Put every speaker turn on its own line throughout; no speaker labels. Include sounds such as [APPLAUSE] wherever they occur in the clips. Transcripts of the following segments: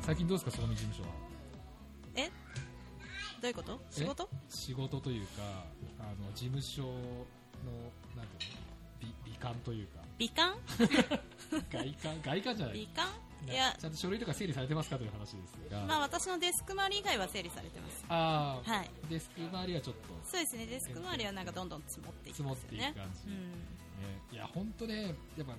最近どうですかそこの事務所は
えどういうこと仕事
え仕事というかあの事務所のなんていうの美美観というか
美観
外観外観じゃない
美観いや
ちゃんと書類とか整理されてますかという話ですが、
まあ私のデスク周り以外は整理されてます
あー
はい
デスク周りはちょっと
そうですねデスク周りはなんかどんどん積もっていき
積も
ま
っ
す
て
よ
いく感
ね
じ、
うん
ね、いや本当ねやっぱ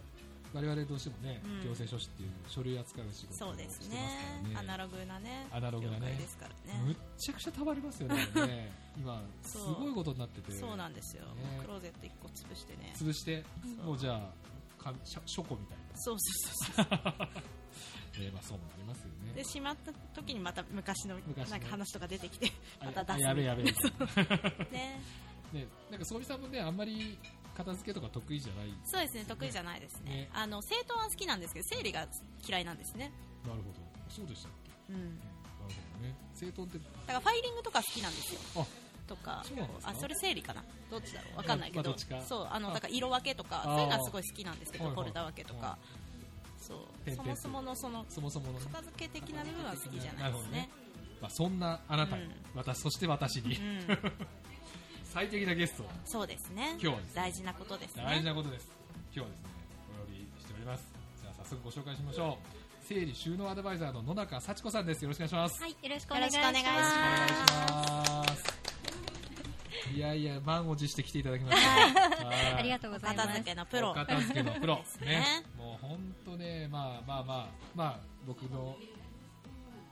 我々どうしてもね、
うん
行政書士っていう書類扱う仕事
そ
を
う
して
で
ますか
すね
らね
アナログなね
アナログなね
業界ですから
む
ね
っちゃくちゃたまりますよねあれ
[LAUGHS]
ね今す
そう
ごいことになってて
そうなんですよ
ね
クローゼット一個潰してね
潰して
そう
もうじゃあか書書庫みたい
そうそうそうそう
な、ねまあ、そうもなりますよね
でしまった時にまた昔の
昔の
なんか話とか出
[LAUGHS]
てきて
あ
また出
あ
す
やべえやべえみたいな
ね
ね、なんか総理さんもねあんまり片付けとか得意じゃない
そうですね得意じゃないですね
ね
あの整頓は好きなんですけど整理が嫌いなんですね
なるほどそうでしたっけ
うん
なるほどね整頓って
だからファイリングとか好きなんですよ
あ
とか
そうなんですか
あそれ整理かなどっちだろうわかんないけ
まあ
ど
どっちか
そうあの
あ
だから色分けとか
あー
そういうのはすごい好きなんですけど
はいはい
フォルダ分けと
は
かそう
点
そ
々
もそものその
そもそものね
片付け的な部分は好きじゃないですね
まあ、そんなあなたに、
うん
私そして私に、
うん
最適なゲストを
そうですね
今日はですね
大事なことです
大事
ね
なことです今日はですねお呼びしておりますじゃあ早速ご紹介しましょう整理収納アドバイザーの野中幸子さんですよろしくお願いします、
はい、よろしくお
よ
願
ろ
い
しく
し
お願い
ま
し
よろしく
ま
お願いしますいやいや満を持して来ていただきました
す。ありが
と
とうご
す
ざいま
片
す。
付けのプロ
お片付けのプロね
ね
もう本当ねまあまあまあまあ僕の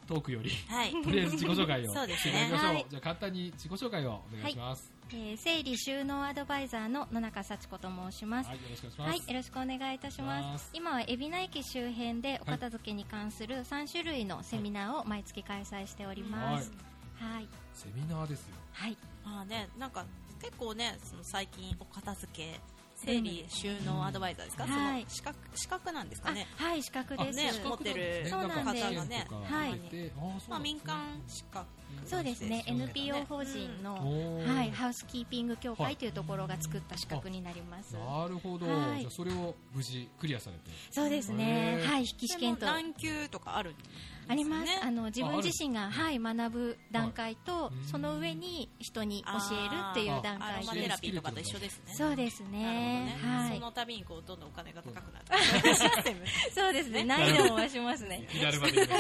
トーク
[LAUGHS]
より
はい
とりあえず自己紹介を
そうですね
していただきましょう、
はい
じゃあ簡単に自己紹介をお願いします、
えー整理収納アドバイザーの野中幸子と申します。
はい、よろしくお
は
願い
い
し、ま
よろしくお願いいたしま
ます
す。今は海老名駅周辺でお片付けに関する3種類のセミナーを毎月開催しております。はい、
す。セミナーですよ。
はい、
まあねなんか結構ねその最近お片付け整理収納アドバイザーですか、
うん
そ
は
の
い
資格資格なんですか
あ
ね、
はい、資格です。
ね持ってる
そうなんです
方がね、
はい
あーそうな
まあ、
んですね
民間資格
そうですね、
そうですね
NPO 法人の、
おー
はい、ハウスキーピング協会というところが作った資格になります。
なるほど。
はい
じゃあそれを無事クリアされて。
そうですね
へ、ー
はい、筆記試験と。
何級とかあるんですね
あります、あの自
ああ
分
る
自身が、はい、学ぶ段階と、
いうん
その上に人に教えるっていう段
ア
階
ロマ
あ
テ
で
ラピーとかと一緒ですね
そうですね
なるほどね
は
そ
い
の度にこうどんどんお金が高くなってシステム
そうですね
ね
難易度も増しま
[LAUGHS]
すね
いきなりまで行く。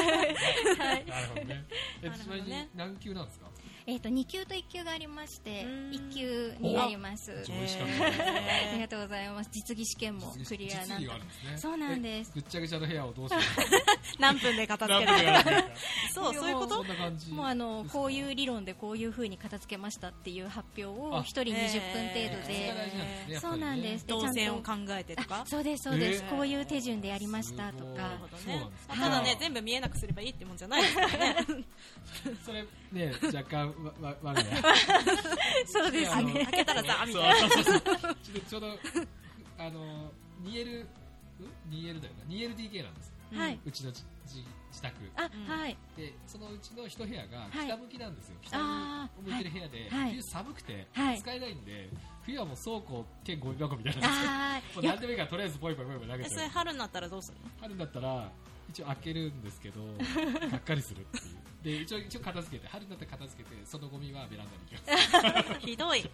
[LAUGHS] はい
なるほどね。え
なるほ
ちな
どね
みに何級なんですか。
えっ、と2級と1級がありまして
うん
1級になります
上位資格。
あり
へ
がとうございます実技試験もク
実
リ
技
アな
実技があるんですね。
そうなんです
えぐっちゃぐちゃの部屋をどうす
[LAUGHS]
る。
ー何分で片付
何
け
分で
られ
や
る
らなきゃいけない
そうそういうこ
そ
と
んな感じ。
もうあのこう
う
いう理論でこういうふうに片付けましたっていう発表を
あ
1人20分程度
それが大事な
で、
んですね。やっぱりね
そうなんですでちゃ
動
んと
線を考えてとか
あそうですそうです、
えー
こういう手順でやりましたと
す
か
なるほど
そう
ね
なんですね
まあただ
は
ね
い
全部見えなくすればいいってもんじゃないですからね
それね若干わわ悪いな。
そうです
あの
ね
開けたらさみたいな
そうそうそうちょっとちょうどあの 2L ん 2L だよな 2LDK なんですよ
うん
はい。
うちのじ自自宅
あ、
うん
はい。
でそのうちの一部屋が
はい
北向きなんですよ、
あ
北向いてる部屋で、
はいはい
冬寒くて、
はい
使えないんで冬はもう倉庫兼ゴミ箱みたい [LAUGHS]
ー
なも
あ
う
ー、よ
何でもいいからとりあえずポイポイポイポイ投げ
え
て
それ春になったらどうするの
春だったら一応開けるんですけ
[LAUGHS]
どがっかりするっていうで一応一応片付けて春になったら片付けてそのゴミはベランダに行きます
ひどい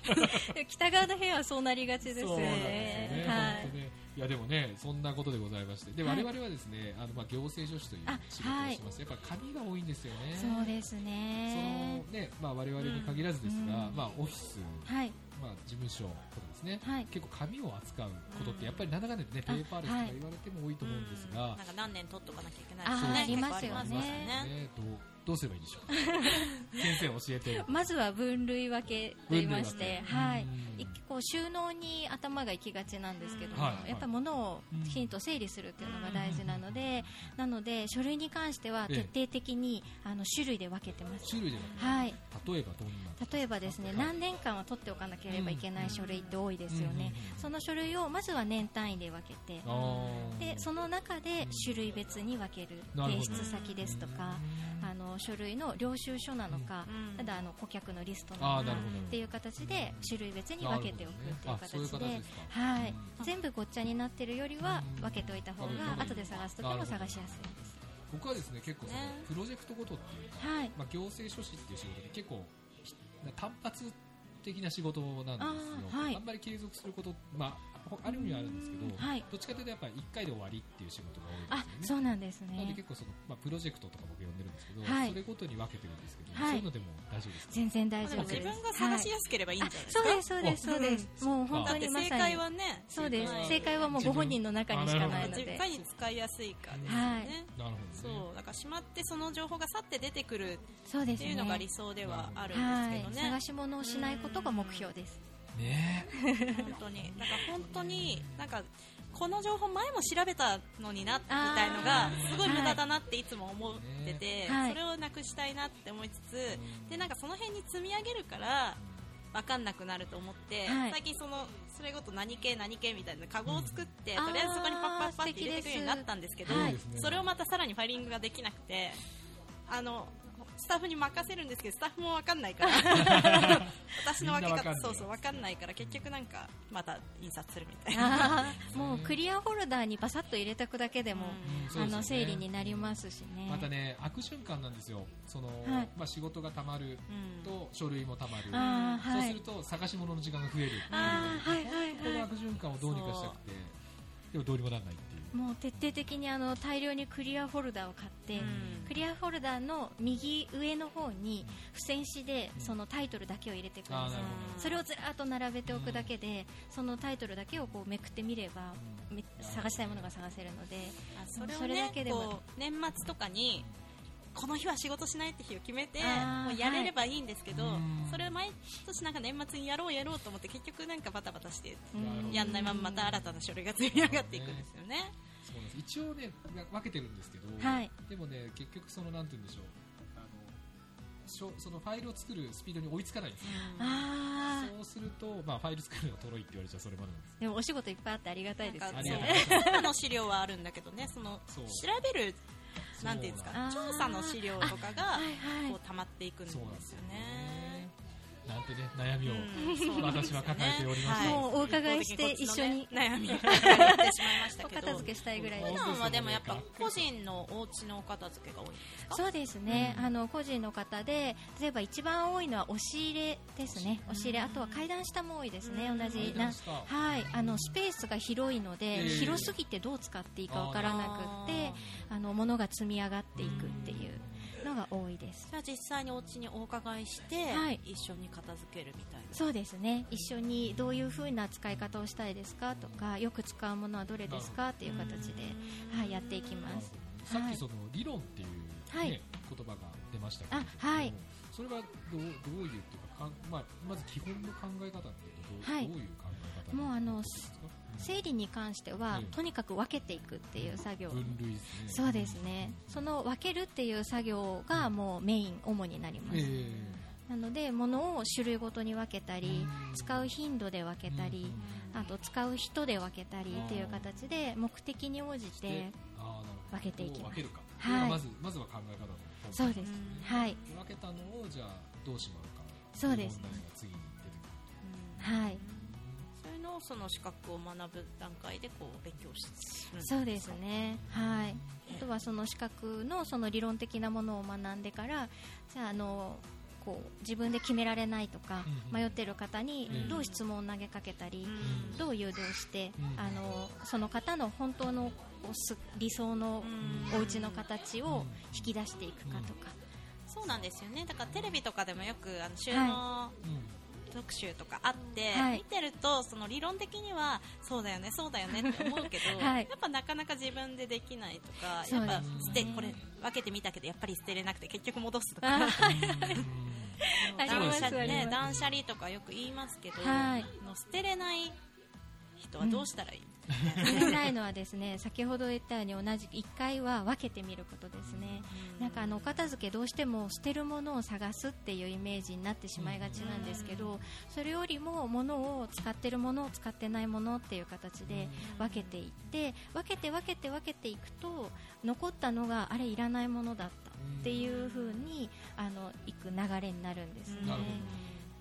北側の部屋はそうなりがちです
そう
よ
なんですよね
ね。。はい
本。当ね。いやでもね、そんなことでございまして、で、
はい
我々はですね、あのまあ行政書士という
あ
仕事をしてます。やっぱ紙が多いんですよね。
そうです
そ
ね
の。ね、まあ我々に限らずですが、
うん
まあオフィス、
はい。
まあ事務所とかですね。
はい。
結構紙を扱うことってやっぱりなんだかんだでね、ペ
うん
ーパーレスとか言われても多いと思うんです
う
が
ん、なんか何年取っとかなきゃいけない
あ
とか
ー
ね
あり
ます
結
よ
構あ
あり
り
ま
ますす
よ
よね
ね。どうどうすればいいでし
[LAUGHS]
ょう。先生教えて。
まずは分類分けと言いまし
分類
て
分、け
はい
うん。
いこう収納に頭が行きがちなんですけども、
はいはい
やっぱ物を
うん
きちんと整理するっていうのが大事なので、なので書類に関しては徹底的にあの種類で分けてます。
種類で
はい。
例えばどんな。
例えばですね、
はい
何年間は取っておかなければいけない書類って多いですよね。その書類をまずは年単位で分けて、
うんうんうん。あー
でその中で種類別に分ける
なるほ
提
ど
出先ですとかあの書類の領収書なのか
うん
ただあの顧客のリスト
ああ
なの
な
か
るほど
っていう形で種類別に分けておくっていう
あそういう
形
形
で
ですか
はい
うん
全部ごっちゃになってるよりは
うん
分けておいた方
うん
が後で探す時も探しやすいです
僕はですね結構その
ね
プロジェクトごとっていうか、
はい
まあ、行政書士っていう仕事で結構ひ単発的な仕事なんです
あ
よ
ーはい
んまり継続すること、まあ、ほある意味はあるんですけど、
はい
どっちかというとやっぱり1回で終わりっていう仕事が多い
あ
んです
そ
よね
うなんです
なので
ね
結構その、まあ、プロジェクトとか僕呼んでるんですけど、
はい
それごとに分けてるんですけど、
は
そ
い
ういうのでも大丈夫ですか
全然
で
大丈
も
夫
自
です
分が探し
はい
やすければいいんじゃないで
そ
す
う
か、
ですそうですそうですもう本
だっ
当に
て
ま
正
さ
解
に
はね
そうです
はい
正解はもうご本人の中にしかないの
自分
で
いかに使いやすいかですよね、
なるほど、ね、
そうだからしまってその情報が去って出てくるっ
そうで
て
す
いう
ね
のが理想ではあるん
は
ですけど
い
ね、
探し物をしないことが目標です
ね
本当になんか本当になんかこの情報前も調べたのになみ
あー
たいのがすごい無駄だなっていつも思ってて、
はい
それをなくしたいなって思いつつ
うん
でなんかその辺に積み上げるから分かんなくなると思って、
はい
最近そのそれごと何系何系みたいなカゴを作って、
うん
とりあえずそこにパッパッパッ
あー
って
素敵
入れてくるようになったんですけど、
はい
そうですね
それをまたさらにファイリングができなくてあのスタッフに任せるんですけどスタッフも分かんないから
[LAUGHS]
私の分け
みんな分かん
方
ない
そうそう分かんないから結局なんかまた印刷するみたいな。
あー [LAUGHS] もうクリアホルダーにバサッと入れとくだけでも、
うんそう
あ
ですよ
の
ね
整理になりますしね。
またね開く瞬間なんですよその、
い
まあ、仕事がたまる
うん
と書類もたまる、
あー
そう
は
す
い
る。と探し物の時間が増えるっていう
あーはい
ここ
はい
の
は
悪循環をどうにかしたくてでもどうにもならないっていう
い。もう徹底的にあの大量にクリアホルダーを買って、
うん
クリアホルダーの右上の方に付箋紙で
うん
そのタイトルだけを入れていくん
あー
です
な
よ
るほ
ど
それをずらっと並べておくだけで、そのタイトルだけをこうめくってみれば、
うん
め探したいものが探せるので、
あそれをね
それだけでも
こう年末とかにこの日は仕事しないって日を決めて
あー
もうやれればいいんですけど、
うん
それを毎年なんか年末にやろうやろうと思って結局なんかバタバタして
うん
なるほど
やんないまんままた新たな書類が積み上がっていくんですよね。
そうなんです一応ねな分けてるんですけど、
はい
でもね結局そのなんて言うんでしょうあのしょそのファイルを作るスピードに追いつかないんですよ
あ
そうすると、まあ、ファイル作るのがとろいって言われちゃうそれまでなんです
ーでもお仕事いっぱいあってありがたいです
なん
よ
あ
か
りが
ね
とうございます
そ
[LAUGHS]
うの資料はあるんだけどねその
そう
調べるなんていうんですか
あー
調査の資料とかが
はいはい
こう溜まっていくんです
そ
よ
うなんですよね
ね。
なんてね悩みを、
うんそうなんです
私は
よね
抱えておりました、
はい
もうお伺いして
一方的にこっちのね悩みを言ってしまいました
お
けど
片付けしたいぐらいです
普段はでもやっぱ個人のお家のお片付けが多いんですか
そうですね、
うん
あの個人の方で例えば一番多いのは押し入れですね押し入れあとは階段下も多いですね、
うん
同じ
階
な
段下
はいあのスペースが広いので、
ええ
広すぎてどう使っていいかわからなくってあの物が積み上がっていくっていうのが多いです
じゃあ実際にお家にお伺いして、
はい
一緒に片付けるみたいな
そうですね一緒にどういう風な使い方をしたいですかとかよく使うものはどれですかっていう形で、はい、やっていきます
さっ
は
き
い
その理論っていう、ね
はい
言葉が出ましたけれども
あはい
それはどうどういうっていうかかん、まあ、まず基本の考え方っていうとどう,、
はい
どういう考え方
もうあの
になってるんですか
整理に関しては、
ええ
とにかく分けていくっていう作業
分類ですね
そうですねその分けるっていう作業がもうメイン主になります、
え
なので物を種類ごとに分けたり
うん
使う頻度で分
え
けたり、あと使う人で分けたりっていう形で目的に応じて
あーなるほど
分けていきま
分
す
けるか、
はい
まずまずは考え方の
そうです
うん
はい
分けたのをじゃあどうしまうか
そうです
問題が次に出てくる
はい
そういうのをその資格を学ぶ段階でこう勉強し
そうです
ね
ねはいあとはその資格のその理論的なものを学んでからじゃああのこう自分で決められないとか
うんうん
迷ってる方に
うん
どう質問を投げかけたり、
ん
どう誘導して、
うん
あのその方の本当のこうす理想のお家の形を引き出していくかとか、
そうなんですよねだからテレビとかでもよくあの収納
うん
特集とかあって、
はい
見てるとその理論的にはそうだよねそうだよねって思うけど、
[LAUGHS] はい
やっぱなかなか自分でできないとか、
そう
やっ
ですね
ぱ捨てこれ分けてみたけどやっぱり捨てれなくて結局戻すとか
[LAUGHS] ああり
断
ます
捨離
あり
ね
ます
断捨離とかよく言いますけど、
はい
あの捨てれない人はどうしたらいい、
やりたいのはですね先ほど言ったように同じ1回は分けてみることですね。なんかあのお片付けどうしても捨てるものを探すっていうイメージになってしまいがちなんですけどそれよりも物を使ってるものを使ってないものっていう形で分けていって分けて分けて分けていくと残ったのがあれいらないものだったっていう風にあのいく流れになるんですね
なるほ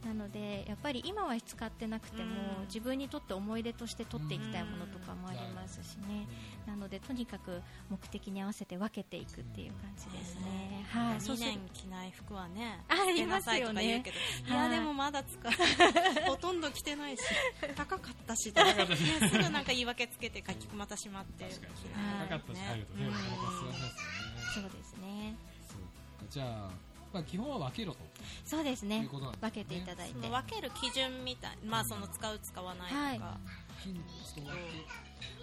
なのでやっぱり今は使ってなくても、
うん
自分にとって思い出として取っていきたいものとかもありますしね、なのでとにかく目的に合わせて分けていくっていう感じですね、
は、
はいいそう
2
する
年着ない服はね、
ああ
着
り
てな
ます
さい
よ
とか言う
ね
けど、い
は
や
い
でもまだ使う、ほとんど着て
[LAUGHS]
ないし、高かったしとか、ねすぐなんか言い訳つけて書きまたしまって、
確かに
は
高
い
かったし入るとね、
う
お
ん
金が吸わないです
そ
よね
うですね
そうかじゃあ、まあ、基本は分けろと
そうです
いう
ね
ことなんですね
分けていただい
そ
て
の分ける基準みたい、まあその使う使わないとか、
金ちょっと分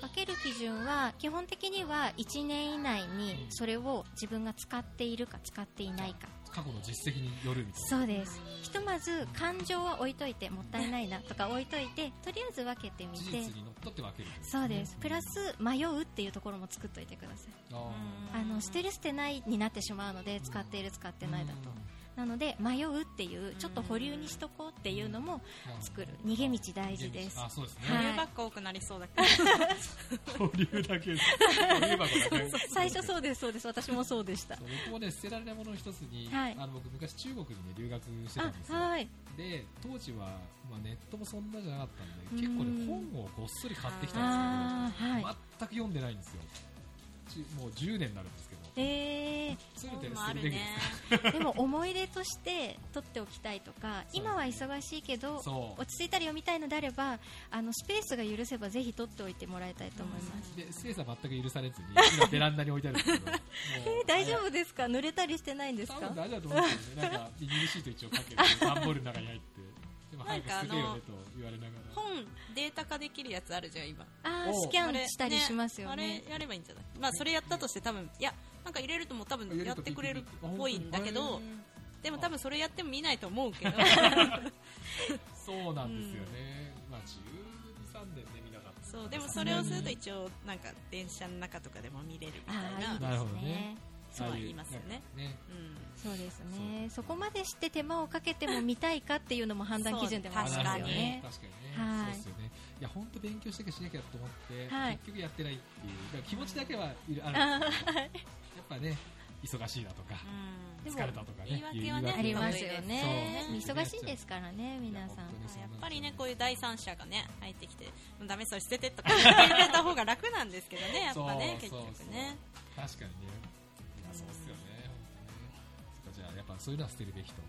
分ける基準は基本的には1年以内にそれを自分が使っているか使っていないか
け過去の実績によるみたいな
そうですひとまず感情は置いといてもったいないなとか置いといてとりあえず分けてみ
事
て
実にのっとって分けるとい
そうですプラ
うん
ス迷うっていうところも作っといてくださ
あー
いあの捨てる捨てないになってしまうので使っている使ってないだとなので迷うっていうちょっと保留にしとこうっていうのも
うん
作る逃げ道大事です
あそうですね、
は
理
い
由ばっか多くなりそうだけど、
保留だけで
[LAUGHS]
保留箱だけ
最初
う
そうですそうです私もそうでした
そう僕もね捨てられないものの一つに、
はい
あの僕昔中国に、ね、留学してた
あ
んですよ
はい
で当時は、まあ、ネットもそんなじゃなかったんで
うん
結構ね本をごっそり買ってきたん
あ
です
ー
け
は
ど、
い
全く読んでないんですよちもう10年になるんですけど
えー、
すべ
そうい
て
うのも
捨て
ある
るべきで
ね。
でも思い出として取っておきたいとか
そう
今は忙しいけど
すそう
落ち着いたら読みたいのであればあのスペースが許せばぜひ取っておいてもらいたいと思います、
でスペースは全く許されずに今ベランダに置いてあるんですけ
[LAUGHS]
どもう
え大丈夫ですか濡れたりしてないんです
多
か
分大丈夫だと思うんですけどね、なんかビニールシート一応かけて、段ボールの中に入って、でも早く捨てよねと言われながら、
本データ化できるやつあるじゃん今
あー
お
スキャンしたりしますよ
あれ
ね
あれやればいいんじゃないまあそれやったとして多分いやなんか入れるともう多分やってくれるっぽいんだけ
あ
ど
本
でも多分それやっても見ないと思うけど
そうなんですよね、まあ、12、3年で見なかった、
そうでもそ
[LAUGHS]
れをすると一応なんか電車の中とかでも見れるみたい
あ
な
ーいい
なる
です
ほどね
ね
そうは言いますよね
ああいうなんか
うん
そうですねそこまでして手間をかけても見たいかっていうのも判断基準でもあります
確かに
よ
ね
ね
確かにね、
は
そうで
い
すよね、いや、本当、勉強しなきゃしなきゃと思って、
はい
結局やってないっていう、だから気持ちだけはいるあるんですけど、やっぱね、忙しいなとか、
うん
でも
疲れたとかね、
言い訳はね
言
あ
い
り
訳は
ま
ね
すよね
そう
忙しいですからね皆さん
いや本当にそう
や
なんですよ
っぱりねこういう第三者がね入ってきてもうダメそれ捨ててと
[LAUGHS]
か言ってくれた方が楽なんですけどねやっぱ
そ
ね
う
結
そうそう
局ね
確かにねいやそうっすよね本当ねそっかじゃあやっぱそういうのは捨てるべきと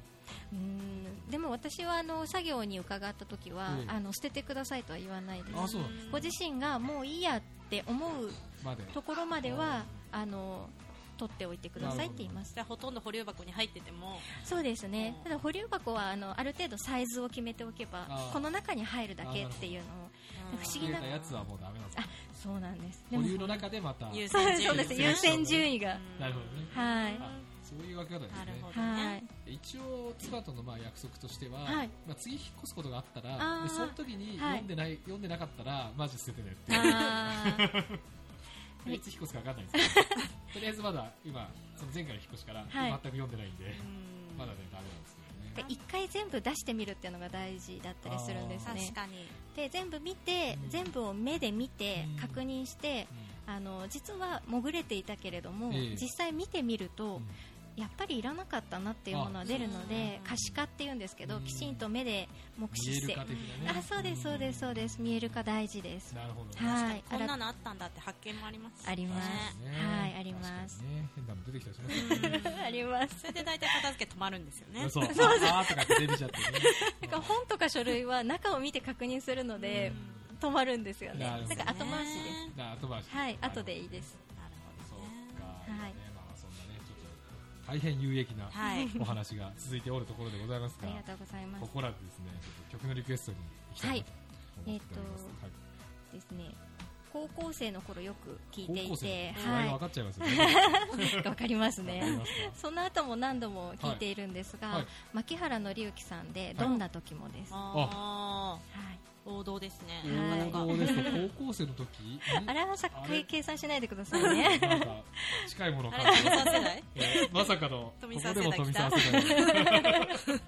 うんでも私はあの作業に伺った時は、
うん
あの捨ててくださいとは言わないです
あそうなんで
ご自身がもういいやって思う
まで
ところまではあの取っておいてくださいって言います
じゃあほとんど保留箱に入ってても
そうですね
うん
ただ保留箱はあのある程度サイズを決めておけば
あー
この中に入るだけっていうのを
うん
不思議
入れ
な
たやつはもうダメなんです
[LAUGHS]
ね
そうなんですで
保
も
留の中でまた
優
そ
先
う
順位
そうです優先順位が
うん
なるほどね
はい
あそういうわけ方ですね
なるほど
はい
一応妻とのまあ約束としては、
はい
まあ、次引っ越すことがあったら
あー
でその時に
は
読
い
んでない、読んでなかったらマジ捨ててねって
あ
で
ーはい
いつ引っ越すか分かんないんです
[LAUGHS]
けどとりあえずまだ今その前回の引っ越しから
はい
全く読んでないんで、
うん
まだねダメなんですけど
[LAUGHS] で
ね
一回全部出してみるっていうのが大事だったりするんですね
確かに
で全部見て
うん
全部を目で見て
うん
確認して [LAUGHS] あの実は潜れていたけれども、
ええ
実際見てみると、
うん
やっぱりいらなかったなっていうものは出るので
あ
可視化っていうんですけど、
うん
きちんと目で目視
見え
し
る
て
化的なね
あそうですそうですそうです見える化大事です
なるほどね
はい
こん
あ
な
ら
のあったんだって発見もありますし
あります
ね
はいありま
確か
す
にね変なの出てきたりしますよね
うん
あります
それで大体片付け止まるんですよね
そうああーとかって出てきちゃってね
なんか本とか書類は中を見て確認するので止まるんですよね
なるほど
だから後回しで
ね
うんじゃあ後回し
すはい後でいいです
なる
そ
ほ
う
どね
か
はい
ねまあそんなねちょっと大変有益な
はい
お話が続いておるところでございます
あ
が
りがとうございま
こ
す
こらでですねちょっと曲のリクエストに行きたいなと思っております
ですね高校生の頃よく聞い
はい
てい
高校生
て
の
は
声が分
い
かっちゃいますよね
わかりますね
わかりますか
その後も何度も聞いているんですが、
はいはい
牧原紀之さんで「どんな時も」です、は
あ
い
ー王道ですね
王道ですと高校生の時に
あらさ
あれ
計算しないでください [LAUGHS] ね
なんか近いものを
あ
感
れ
じ
富
ます
澤世代
いやまさかの、こ
富
こ
澤
でも富
世代
澤世代。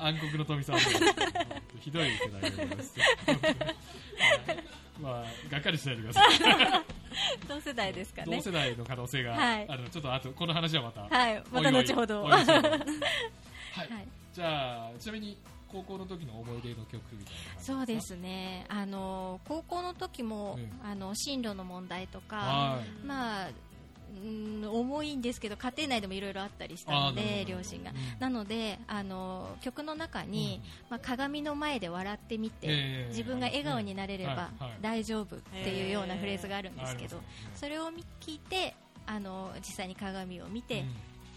暗黒の富澤世代。ひどい世代でございます。まあ、がっかりしないでください。
同世代ですか
同
ね
世代の可能性が、
はい
あの、ちょっとあと、この話はまた。
[LAUGHS] はいまた後ほど
おいおいおいおい
は
はいい。じゃあ、ちなみに、高校の時の思い出の曲みたいな感じ
そうで
か
すねあの高校の時も、
うん
あの進路の問題とか、
は
うん
まあうん重いんですけど家庭内でもいろいろあったりした
あ
の
ーなるほ
で
ど
両親が
うん
なのであの曲の中
い
に、まあ、鏡の前で笑ってみて、
ええ
自分が笑顔になれれば
はいはい
大丈夫っていうようなフレーズがあるんですけど、
あります
それを見聞いてあの実際に鏡を見
ね
て、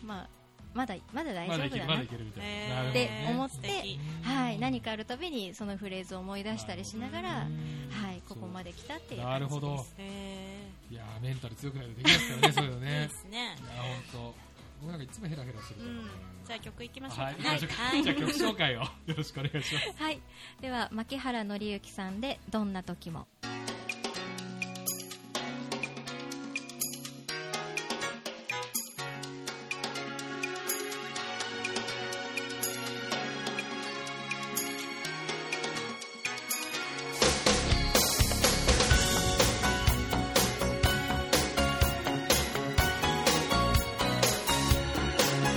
まあ、まだまだ
う
大
んま
丈
だい
夫
ける
だ
ま
な
だいけるみたいな、
え
なる
ー
ほどね
って思って
素敵
はい、何かあるたびにそのフレーズを思い出したりしながら、
う
は
ん
い、ここまで来たっていう
な
感
る
じ
ほ
です
ど
え
いやーメンタル強くないとできないですからねそういうの
ーいい
ね
ですね
いやー本当僕なんかいつもヘラヘラする
う
からね
ん、じゃあ曲いきましょうか
はい、行きましょうか [LAUGHS] じゃあ曲紹介をよろしくお願いします
はい、では牧原紀之さんでどんな時も。
「どんな時も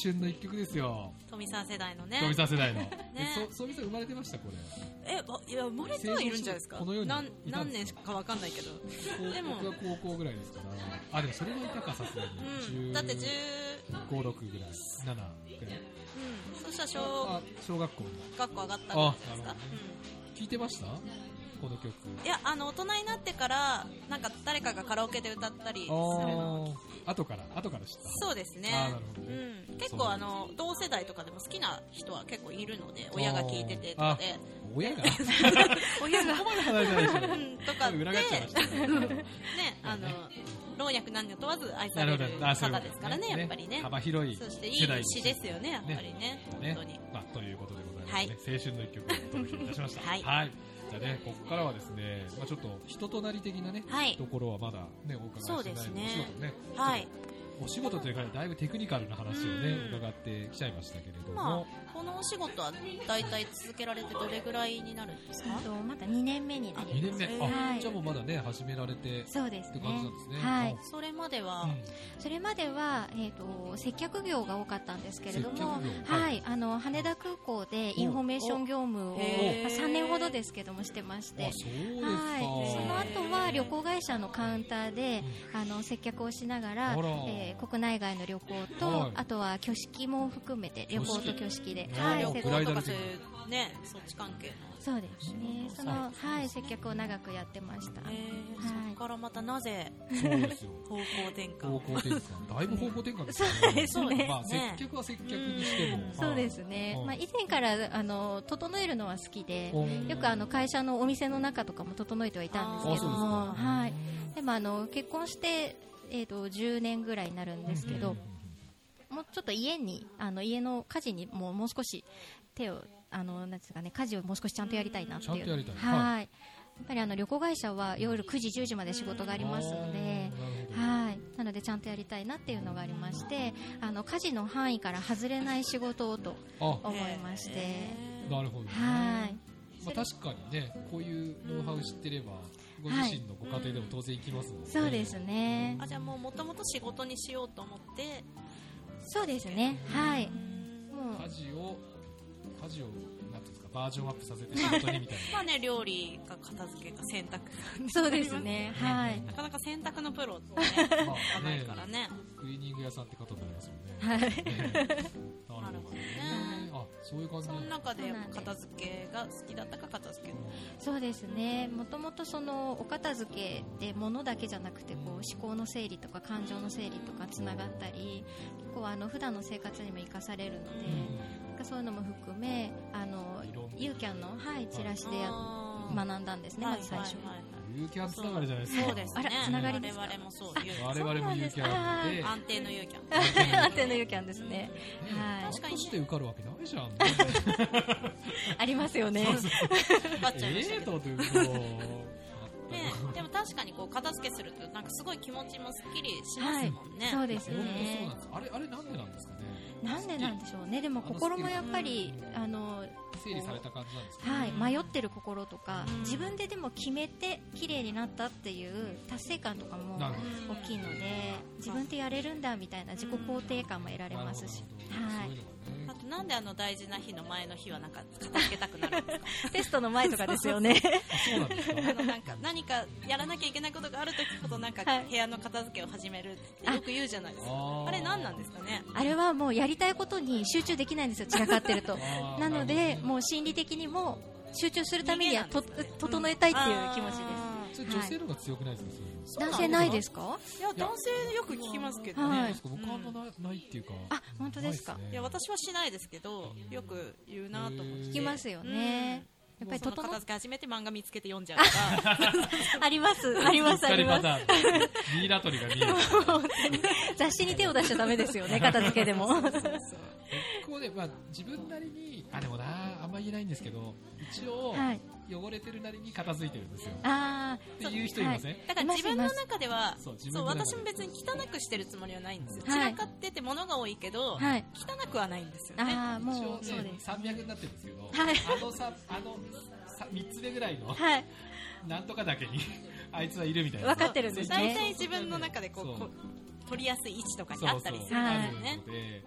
春の一曲ですよ。
富澤世代のね。
富澤世代の。
ね
えそ、富澤生まれてました、これ。
え、わいや、生まれてはいるんじゃないですか。
この世に
なん
いたん
何
で
年
す
かわかんないけど。
こう
でも
僕は高校ぐらいですから。あ、でもそれはいたか、さすがに。
うん。だって十、
5、6ぐらい。7ぐらい。
うん。そしたら小
あ、小学校の。
学校上がったんじゃないです
あな
か
る。聞いてましたこの曲。
うん。いや、あの、大人になってから、なんか誰かがカラオケで歌ったりするの。
あー。後から、後から知った。
そうです
あー
ね
なるほど。ね
うん。結
そう
構あの、同世代とかでも好きな人は結構いるので、親が聞いててと
あ
か
ー
で。
[LAUGHS] 親が
親が
そこまで離れてないでしょ
うん [LAUGHS] とかで
裏返っちゃいましたね。
ね、あの、老若男女問わず愛さ
な
れ
る
る
ほど。あそういう
方
こと
ですからね、やっぱりね。
幅広い
そしていい
世代
詩ですよね、やっぱりね、本
ね
当に。。
まあ、ということでございますね。
はい
青春の一曲をお届けいたしました。
[LAUGHS] はい
じゃあね、ここからはですね、まあちょっと人となり的なね、
はい
ところはまだね、お伺いしてないの
そうですね
お仕事ね。
はい。
お仕事というか、だいぶテクニカルな話をね
う、ん
伺ってきちゃいましたけれど
今
も、、
このお仕事は大体続けられてどれぐらいになるんですか
うんとまだ2年目になり
2年
ます
目。
は
あ、
い
じゃあもうまだね、始められて、って
そうですね
感じなんですね。
はい
それまで
あう
は、
ん
それまでは、えー、と接客業が多かったんですけれど
接客
も、
業
はい
はい
あの羽田空港でインフォメーション業務を、まあ、
へー
3年ほどですけどもしてまして
あ、そうですか。
はい、その後は
へー
旅行会社のカウンターで、あの接客をしながら
あら、
えー国内外の旅行と、
はい
あとは挙式も含めて旅行と挙式で、
挙式
は
あ
い、
ー
旅
ブラ
行
イダル
とか
的
そう
な
いう、ね、そっち関係の。
そうですねそ
は
の、はい、接客を長くやってました、
えーそこからまたなぜ
そうですよ。
方向転
方
換
向転換。だいぶ方向転換ですよね。
そうですね
まあ、接客は接客にしても
うん。
そうですね、
うん
まあ、以前からあの整えるのは好きで、
うん
よくあの会社のお店の中とかも整えてはいたんですけども、
あそうですか
はい、でもあの結婚して、えー、と10年ぐらいになるんですけど、もうちょっと家にあの家の家事にもうもう少し手をあのなんですかね家事をもう少しちゃんとやりたいなってい
ち
う
ゃんとやりたい
は
はい
やっぱりあの旅行会社は夜9時10時まで仕事がありますので。
あー。なる
はいなのでちゃんとやりたいなっていうのがありましてあの家事の範囲から外れない仕事をと
ほど
思いまして、
あ、なるほどね。
はい
まあ、確かにね、こういうノウハウ知ってれば、ご自身のご家庭でも当然行きますので。
そうですね
あじゃあもうもともと仕事にしようと思って
そうですねはいもう
家事を、家事を、なんていうんですか、バージョンアップさせて仕事にみたい
[LAUGHS]
まあね料理か片付けか洗濯か
そうですねはい
なかなか洗濯のプロってね
[LAUGHS] な。ま
いか
あ
ない
ね
からね
クリーニング屋さんって方になりますよね。
はい [LAUGHS]
ねなるほ
なる
ど
ほど
ね。
ね
あ、そういう感じ
そ
な
の
んだ
中で片付けが好きだったか片付けの
そうですねもともとそのお片付けって物だけじゃなくてこう思考の整理とか感情の整理とかつながったり結構あの普段の生活にも生かされるのでなんかそういうのも含めあの
いろんな
ユーキャンの、はい、チラシでや
あー
学んだんですねまず最初
はいはいはいはい
有キャンつながりじゃないですか。
そうですね
あらつながりですか
我々もそうユーキャ
我々も有キャンなので
ン、安定のユーキャン
あってのユーキャンですねはい
確かにして受かるわけないじゃん。
ありますよね
奪っちゃいました
ええ
けど
とということ。
ね、でも確かにこう片付けするとなんかすごい気持ちもすっきりしますもんね、
そう
で
です
すね。そう
ね
なんです。あれあれなんでなんですかね。
なんでなんでしょうねでも心もやっぱりあの
整理された感じなんですか。
はい、迷ってる心とか、
うん
自分ででも決めて綺麗になったっていう達成感とかも
なる
大
ほど。
うん
きいので自分でやれるんだみたいな自己肯定感も得られ
なるほどなるほど
ます
そ
し、
う
は
いうのが
あ
ね。
となんであの大事な日の前の日はなんか片付けたくなるんですか
[LAUGHS] い、テストの前とかですよね
あそうなんですか。
あのなんか何かやらなきゃいけないことがある時ほどなんか
はい
部屋の片付けを始めるってよく言うじゃないですか
あ
[LAUGHS] あ
ー
れ何なんですかね
あれはもうやりたいことに集中できないんですよ散らかってると
あー
なので
るほどね
もう心理的にも集中するためにはと
逃げなんですね
整えたいっていう気持ち
それ女性の方が強くないですか。そういうの
です男性ないですか
すいや男性よく聞きますけどね、
はい
ね僕あんまないないっていうか。
あ本当ですか
ない
や私はしないですけどよく言うなと思って
聞
聞きますよねやっぱり
その
整
片
っ
付け始めて漫画見つけて読んじゃうと
[LAUGHS]
か
ありますありますあります
す。ミイラ取りが見える。
雑誌に手を出しちゃダメですよね片付けでも
ここで、まあ、自分なりに、あ、でもな、あんま言えないんですけど、一応、
はい
汚れてるなりに片付いてるんですよ。
あ
っていう人いません、
だから自分の中では
そう自分
そ
の
う
中で
私も別に汚くしてるつもりはないんですよ
は
散
い
らかってて物が多いけど
あはい
汚くはないんですよね
ああ
一
も
応
うそう
ね
です
300になってるんですけど、
はい
あのさあのさ3つ目ぐらいの
はい
なんとかだけにあいつはいるみたいな
わかってるんですね
大体自分の中でこうこ取りやすい位置とか
そう
に
そ
あ
う
ったりする
は
か
い
ら
あるの
ね。
でで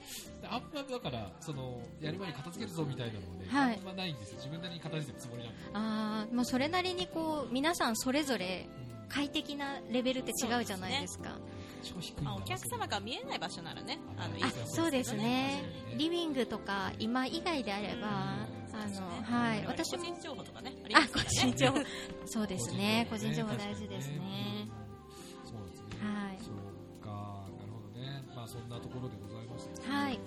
あんまだからそのやる前に片付けるぞみたいなのもね、
はい
あんまないんですよ自分なりに片付けるつもりなんで、
あーもうそれなりにこう皆さんそれぞれ
うん
快適なレベルって違うじゃないですか
超低いんだ
まあ
な
お客様が見えない場所ならね、あのいい
そう
で
あ
ですね
そうですね
確かにね
リビングとか今以外であれば
うん
あ
すね
のはい
我々
私
個
も
人情報とかね、ありま
あ
すか
個
らね
人情報そうですね個人情報
ね
大事です
確
ね
かにねうんそうですね、
はい
そうかなるほどねまあそんなところでございますけど
はい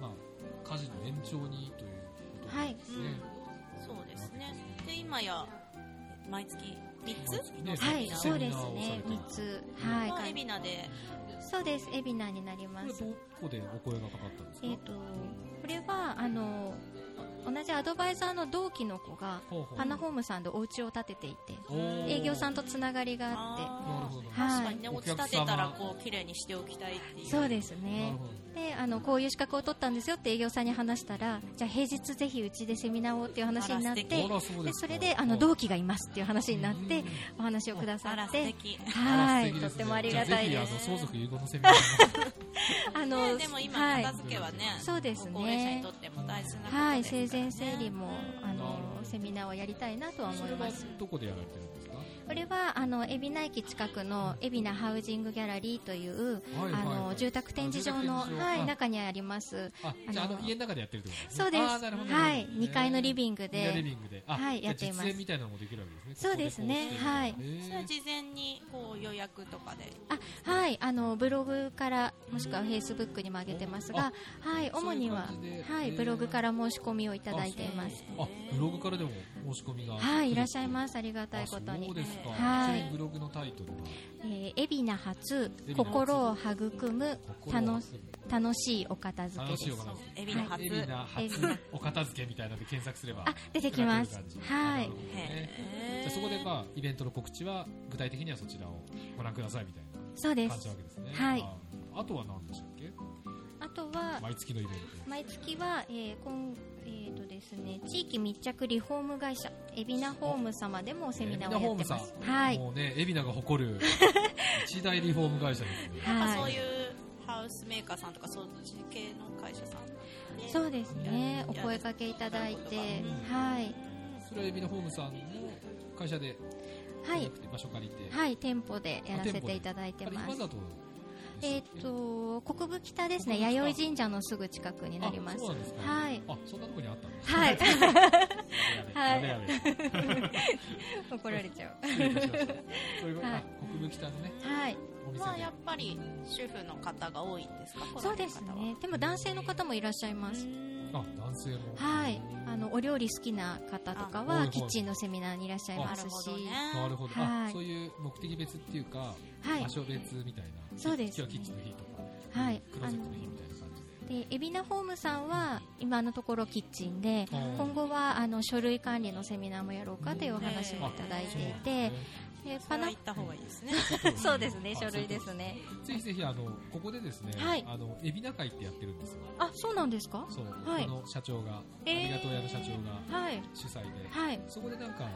まあ家事の延長にということなんですね、
うんそうですね。で今や毎月三つ
ね
はい
セ
そう
ミ
で
ナ
す
ーをされ
ね
て
三つはい
まあ海老名で
そうですエビナになりま
これ
す
どこでお声がかかったんですか、
えっとこれはあの同じアドバイザーの同期の子が
ほうほう
花ホームさんでお家を建てていて
おー
営業さんとつながりがあっ
なるほ
あ
ど
ー
は
確
い
かにね
お
落
客様
ち立てたらこう綺麗にしておきたいってい
て
う。
そうです
なる
ね
ほど
であのこういう資格を取ったんですよって営業さんに話したらじゃあ平日ぜひうちでセミナーをっていう話になって
あら素
あらそう
で
です
そ
か
れであの同期がいますっていう話になっ
う
て
ん
お話をくださ
あら
っ
素
て
敵。
あ
は
ら
い
素敵
と
で
っ
すね
てもありがたい
じゃあ
です
ぜひあの相続融合のセミナーも
あ
ね
の
でも今
は
片
い
付けはね、
そうですね
ご高齢者にとっても大事なことですからね。
はい生前整理もあ
なる
の
ほど
セミナーをやりたいなとは思
それ
いま
は
す
どこでやられてるんですか
これはあの海老名駅近くの海老名ハウジングギャラリーという
はいはい
あ
はい
の住宅展示場の
住宅展示場
は
あ
い中にあります
あじゃああ
あの
の家の中でやってるってことですね
そうです
あーなるほど
はい2階のリ
ン
ビング
グみんなリ
で
ビングであ
はい
じゃあ
やっています
実演みたいなのもできるわけですね
そうですね
ここでこうして
はい
み
そ
た
れ
なへ
は
ー
事前にこう予約とかで
あはいあのブログからもしくはフェイスブックにも上げてますがはい
そういう感じで
主にはは
え
い
ー
ブログから申し込みをいただいています
あブログからでも申し込みが
はいいらっしゃい
す
ますありがたいこと
あそ
に
うですか、
はい
ちなみにブログのタイトルは
えー海老名発
海老名発
心を育む
心を
楽し楽しいお片付け
楽
で
しいお
す
片付
エビの
け
初、
エビナ
エビ
初
ナ
お片付けみたいなので検索すれば
あ出てきます
出てくる感じ
はい
あなるほどね
へー
じゃあそこでまあイベントの告知は具体的にはそちらをご覧くださいみたい
そうで
な感じ
す
なわけですね
はい
ああとは何でしたっけ
あとは
毎月のイベン
毎月は、えー今えーとですね、地域密着リフォーム会社海老名ホーム様でも
ト
セミナ
エ
ー
ビナ
をや
ホー
っ
ム
て
さ
ま
ん
す。はい、
もうね海老名が誇
[LAUGHS]
る一大リフォーム会社ですね
まあ
は
そう
い
い、うハウスメーカーさんとかそういう系の会社さんで
そうですね、
う
お
ん
声掛けいただいて
うん、
はい、
それは海老名ホームさんの会社でじゃない
は
く、て場所借りて、
はい、店舗でやら
あ店
せ
舗で
ていただいて
あれ
ま
今
す。
里で
えっ
したっけ
と国分北ですね、
国分北
弥生神社のすぐ近くになります。
あそうなんですか
はい、
あそんなとこにあったんです [LAUGHS]
はい、
やべやべやべ
怒られちゃう。
失礼いたしました [LAUGHS] そういうこと
は
あ
い
国分北のね [LAUGHS]
はい、
お店で、
まあやっぱり主婦の方が多いんですか
そうですね、でも男性の方もいらっしゃい
来られる方は
ます。
あ男性も
はい、あのお料理好きな方とか
あはい
は
はい
キッチンのセミナーにいらっしゃい
な
ま
る
す
ほど
し
ね、
なるほど、
は
あ
い
そういう目的別っていうか、
はい
場、所別みたいな
そうです
今日はキッチンの日とか、
はい
クローゼットの日みたいな感じで
で海老名ホームさんは今のところキッチンで
あー
今後はあの書類管理のセミナーもやろうかというお話もいただいていて、で
パ
パ
ナ
ナ
行った方がいいですね
そうですね
あ
書類で
そう
すね
いうことぜひぜひあのここでですね、
はい
あの海老名会ってやってるんですよ
あそうなんですか
そう、
はい
この社長が、
えー
ありがとう屋の社長が
はい
主催で、
はい
そこでなんか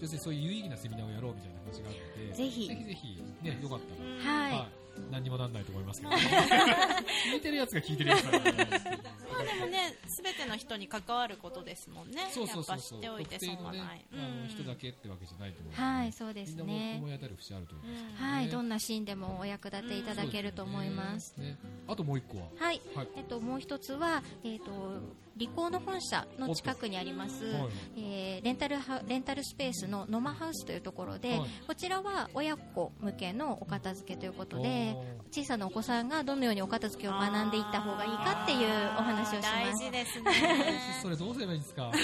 要するにそういう有意義なセミナーをやろうみたいな話があるので
ぜひ
ぜひぜひねよかったら
はい、
何にもなんないと思いますけど、ね、聞いてるやつが聞いてるやつだか
[LAUGHS]
ら
まあでもね全ての人に関わることですもんね
そうそうそ
や
う
っぱ知
そ
っ
う
ておいて
特定
損
の
は
ね
ない、
あの人だけってわけじゃないと思うので
はいそうです
みんな
ね
思い当たる節あると思います、
うん
はい
ね
どんなシーンでもお役立ていただけると思います、
ねあともう一個は
はい
はい
えっと、もう一つは、えっと、理工の本社の近くにあります、
はい
えーレンタルハレンタルスペースのノマハウスというところで、
はい
こちらは親子向けのお片付けということ
お
で
ー
小さなお子さんがどのようにお片付けを学んでいった方がいいかっていうお話をし
大
ます
事です
そ
ね
れどうすればいいんですか本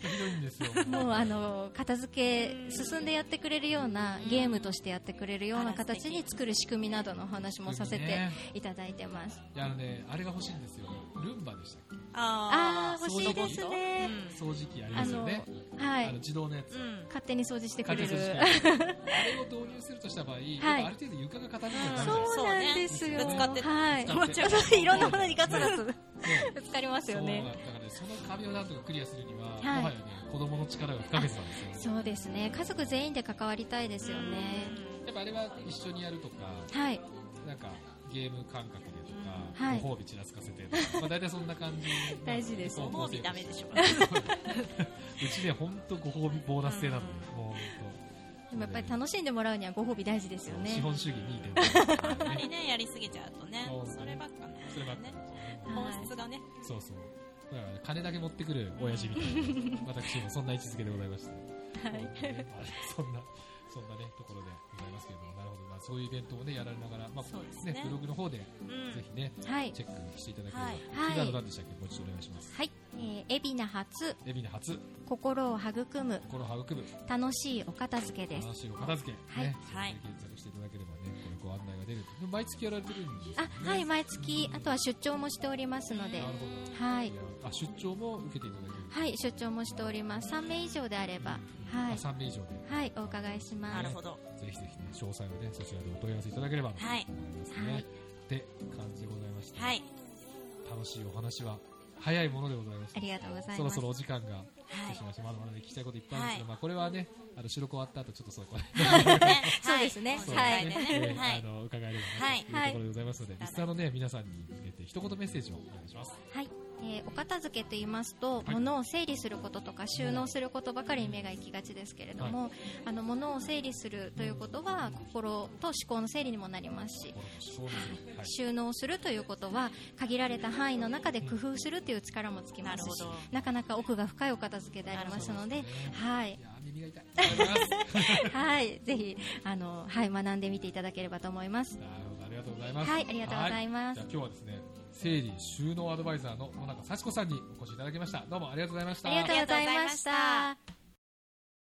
当ひどいんですよ
もうあの片付け進んでやってくれるようなゲームとしてやってくれるような形に作る仕組みなどのお話もさせて
ね
いただいてます、
いやあのねあれが欲しいんですよルンバでしたっ
[LAUGHS] あ
あ
あー欲しいですね、
け掃除機ありますよね
は
あの
い
自動のやつ、
うん、うん
勝手に掃除してく
完
れ
結
る
式
[LAUGHS]
あれを導入するとした場合、やっぱある程度床が傾くようになるじゃないですか
そうなんですよ。
そうねぶつか
って
はい。
ぶつかって
いろんなものにガツガツぶつかります
そ
よ
う
ね。
だからねその壁をなんとかクリアするには、
はい
もはやね子供の力が不可欠なんですよ
そうですね。家族全員で関わりたいですよね。
やっぱあれは一緒にやるとか
はい。
なんかゲーム感覚でとか、
はい
ご褒美ちらつかせてとか、まあ、大体そんな感じ
大事です
ご褒美ダメでしょ
うちね本当ご褒美ボーナス制なので、もう本
でもやっぱり楽しんでもらうにはご褒美大事ですよ
当資
ね。
本主義2.5
あんまり
ね
ねやりすぎちゃうとね
そう
そればっかね
そればっかり
本質がね
そうそうだからね金だけ持ってくる親父みたいな私もそんな位置づけでございました
はい
まあ [LAUGHS] そんな、そんなね、ところでございますけれども、なるほど、まあ、そういうイベントをね、やられながら、まあ、
そうですね
ブログの方で、
うん
ぜひね、
はい
チェックしていただければ。
はい
はい
キーワードなんでしたっけ、もう一度お願いします。
はい、えー、海老名発
エビの初、
心を育む
心を育む、
楽しいお片付けです。
話を片付け、
はい
ね、
は
それ
い
で検索していただければね、これご案内が出る。でも毎月やられてるんですよね。
あ、はい、毎月あとは出張もしておりますので
な、るほ
は
ど。
い
いや、あ、出張も受けていただける。
はい、出張もしております。3名以上であれば、は
あ
い、
3名以上で、
はい、お伺いし
な
ま
る
す。
ほど
ぜひぜひね、詳細をね、そちらでお問い合わせいただければと思
はいい
ますね。
はい
って感じでございました。
はい
楽しいお話は早いものでございまし
あ
た
りがとうござい
そ
ま
ろ
す。
そろお時間が
は
来て
[LAUGHS]
しまいました、まだまだ、ね、聞きたいこといっぱいあるんですけど、
はい
まあ、これはねあの収録終わった後ちょっとそうこう
いね
そうですね
そう
は
[LAUGHS]
で
い
すね
えー
は
あ
い
の伺えれば
は
ないというところでございますので、
はい
リスナーの、ね、皆さんに向けて一言メッセージをお願いします
はい、えーお片付けと言いますと、
い
物を整理することとか収納することばかりに目が行きがちですけれども、あの物を整理するということは心と思考の整理にもなりますし、
そうなんです
収納するということは限られた範囲の中で工夫するという力もつきますし
なるほ
なかなか奥が深いお片付けでありますので
なるほどですね
はい
い、やー耳が痛いありがとうございます
はい、ぜひあの、はい、学んでみていただければと思います。
なるほどありがとうございます
はいありがとうございます
はじゃあ今日はですね整理収納アドバイザーの野中幸子さんにお越しいただきましたどうもありがとうございました
ありがとうござい
ありがとうござい
ま
ま
し
したた。